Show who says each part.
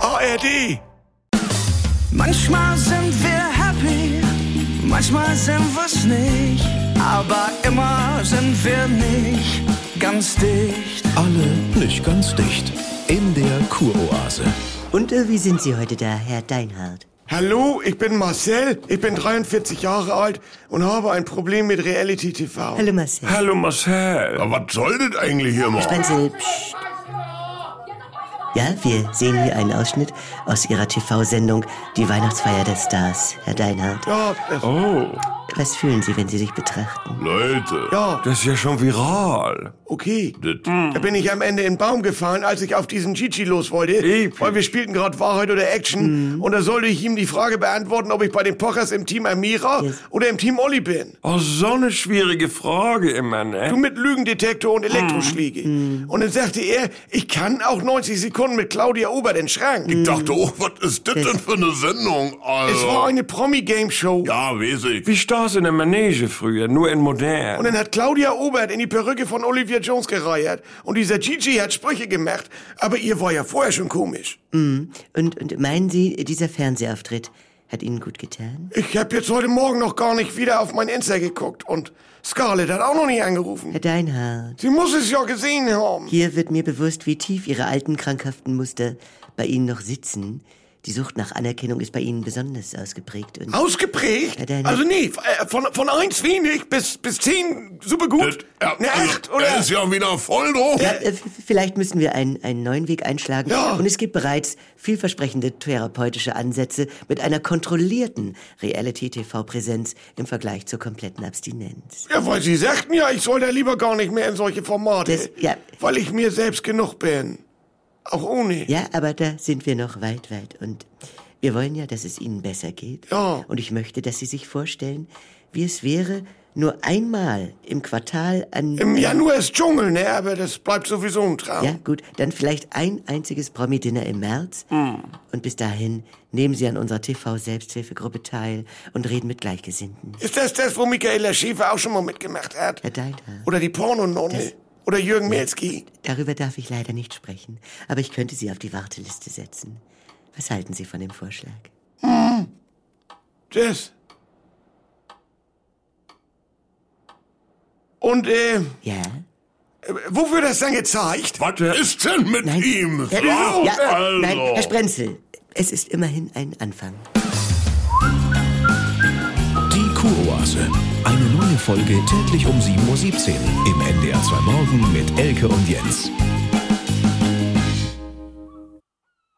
Speaker 1: ARD.
Speaker 2: Manchmal sind wir happy, manchmal sind wir's nicht, aber immer sind wir nicht ganz dicht.
Speaker 3: Alle nicht ganz dicht. In der Kuroase.
Speaker 4: Und äh, wie sind Sie heute da, Herr Deinhardt?
Speaker 1: Hallo, ich bin Marcel, ich bin 43 Jahre alt und habe ein Problem mit Reality TV.
Speaker 4: Hallo Marcel.
Speaker 5: Hallo Marcel.
Speaker 6: Äh, Aber was soll das eigentlich hier mal?
Speaker 4: Wenzel, psst. Ja, wir sehen hier einen Ausschnitt aus Ihrer TV-Sendung Die Weihnachtsfeier der Stars, Herr Deinhardt.
Speaker 1: Ja, das,
Speaker 5: Oh,
Speaker 4: Was fühlen Sie, wenn Sie sich betrachten?
Speaker 6: Leute,
Speaker 1: ja,
Speaker 5: das ist ja schon viral.
Speaker 1: okay.
Speaker 6: das,
Speaker 1: Da bin ich am Ende in den Baum gefahren, als ich auf diesen Gigi los wollte,
Speaker 5: Episch.
Speaker 1: weil wir spielten gerade Wahrheit oder Action
Speaker 4: Mhm.
Speaker 1: und da sollte ich ihm die Frage beantworten, ob ich bei den Pochers im Team Amira
Speaker 4: Yes.
Speaker 1: oder im Team Olli bin.
Speaker 5: Oh, so eine schwierige Frage immer,
Speaker 1: Du
Speaker 5: ne?
Speaker 1: mit Lügendetektor und Elektroschläge.
Speaker 4: Mhm.
Speaker 1: Und dann sagte er, ich kann auch 90 Sekunden mit Claudia Ober den Schrank.
Speaker 6: ich dachte, oh, was ist das denn für eine Sendung, Alter?
Speaker 1: Es war eine Promi-Game-Show.
Speaker 6: Also- ja, weiß ich.
Speaker 5: Wie Stars in der Manege früher, nur in
Speaker 1: Und
Speaker 5: modern.
Speaker 1: dann hat Claudia Obert in die Perücke von Olivia Jones gereiert. Und dieser Gigi hat Sprüche gemacht. Aber ihr war ja vorher schon komisch.
Speaker 4: Und, und meinen Sie, dieser Fernsehauftritt hat Ihnen gut getan?
Speaker 1: Ich hab jetzt heute Morgen noch gar nicht wieder auf mein Insta geguckt. Und Scarlett hat auch noch nicht angerufen.
Speaker 4: Herr Deinhardt,
Speaker 1: Sie muss es ja gesehen haben.
Speaker 4: hier wird mir bewusst, wie tief Ihre alten krankhaften Muster bei Ihnen noch sitzen. Die Sucht nach Anerkennung ist bei Ihnen besonders ausgeprägt. Und Ja,
Speaker 1: Ausgeprägt?
Speaker 4: dann-
Speaker 1: Also nee, äh, von, von eins wenig bis, bis zehn super gut.
Speaker 6: Er,
Speaker 1: Eine acht,
Speaker 6: er, er
Speaker 1: oder?
Speaker 6: also, ist ja wieder voll drauf.
Speaker 4: Ja, äh, v- vielleicht müssen wir einen, einen neuen Weg einschlagen.
Speaker 1: Ja.
Speaker 4: Und es gibt bereits vielversprechende therapeutische Ansätze mit einer kontrollierten Reality-TV-Präsenz im Vergleich zur kompletten Abstinenz.
Speaker 1: Ja, weil sie sagten ja, ich soll da lieber gar nicht mehr in solche Formate.
Speaker 4: Das- ja.
Speaker 1: Weil ich mir selbst genug bin. Auch ohne.
Speaker 4: Ja, aber da sind wir noch weit, weit. Und wir wollen ja, dass es Ihnen besser geht.
Speaker 1: Ja.
Speaker 4: Und ich möchte, dass Sie sich vorstellen, wie es wäre, nur einmal im Quartal an...
Speaker 1: Im Januar ist Dschungel, ne? Aber das bleibt sowieso ein Traum.
Speaker 4: Ja, gut. Dann vielleicht ein einziges Promi-Dinner im März.
Speaker 6: Hm.
Speaker 4: Und bis dahin nehmen Sie an unserer TV-Selbsthilfegruppe teil und reden mit Gleichgesinnten.
Speaker 1: Ist das das, wo Michaela Schäfer auch schon mal mitgemacht hat?
Speaker 4: Herr Deinhardt,
Speaker 1: Oder die Pornononne?
Speaker 4: Das-
Speaker 1: Oder Jürgen Melski?
Speaker 4: darüber darf ich leider nicht sprechen, aber ich könnte Sie auf die Warteliste setzen. Was halten Sie von dem Vorschlag?
Speaker 1: Das. Und, äh, äh,
Speaker 4: Ja?
Speaker 1: wo wird das dann gezeigt?
Speaker 6: Was ist denn mit
Speaker 4: Nein.
Speaker 6: ihm?
Speaker 4: Herr,
Speaker 6: Frau?
Speaker 4: ja, äh,
Speaker 6: also.
Speaker 4: nein, Herr Sprenzel, es ist immerhin ein Anfang.
Speaker 3: Die Kuroase. Eine neue Folge täglich um 7.17 Uhr im NDR 2 Morgen mit Elke und Jens.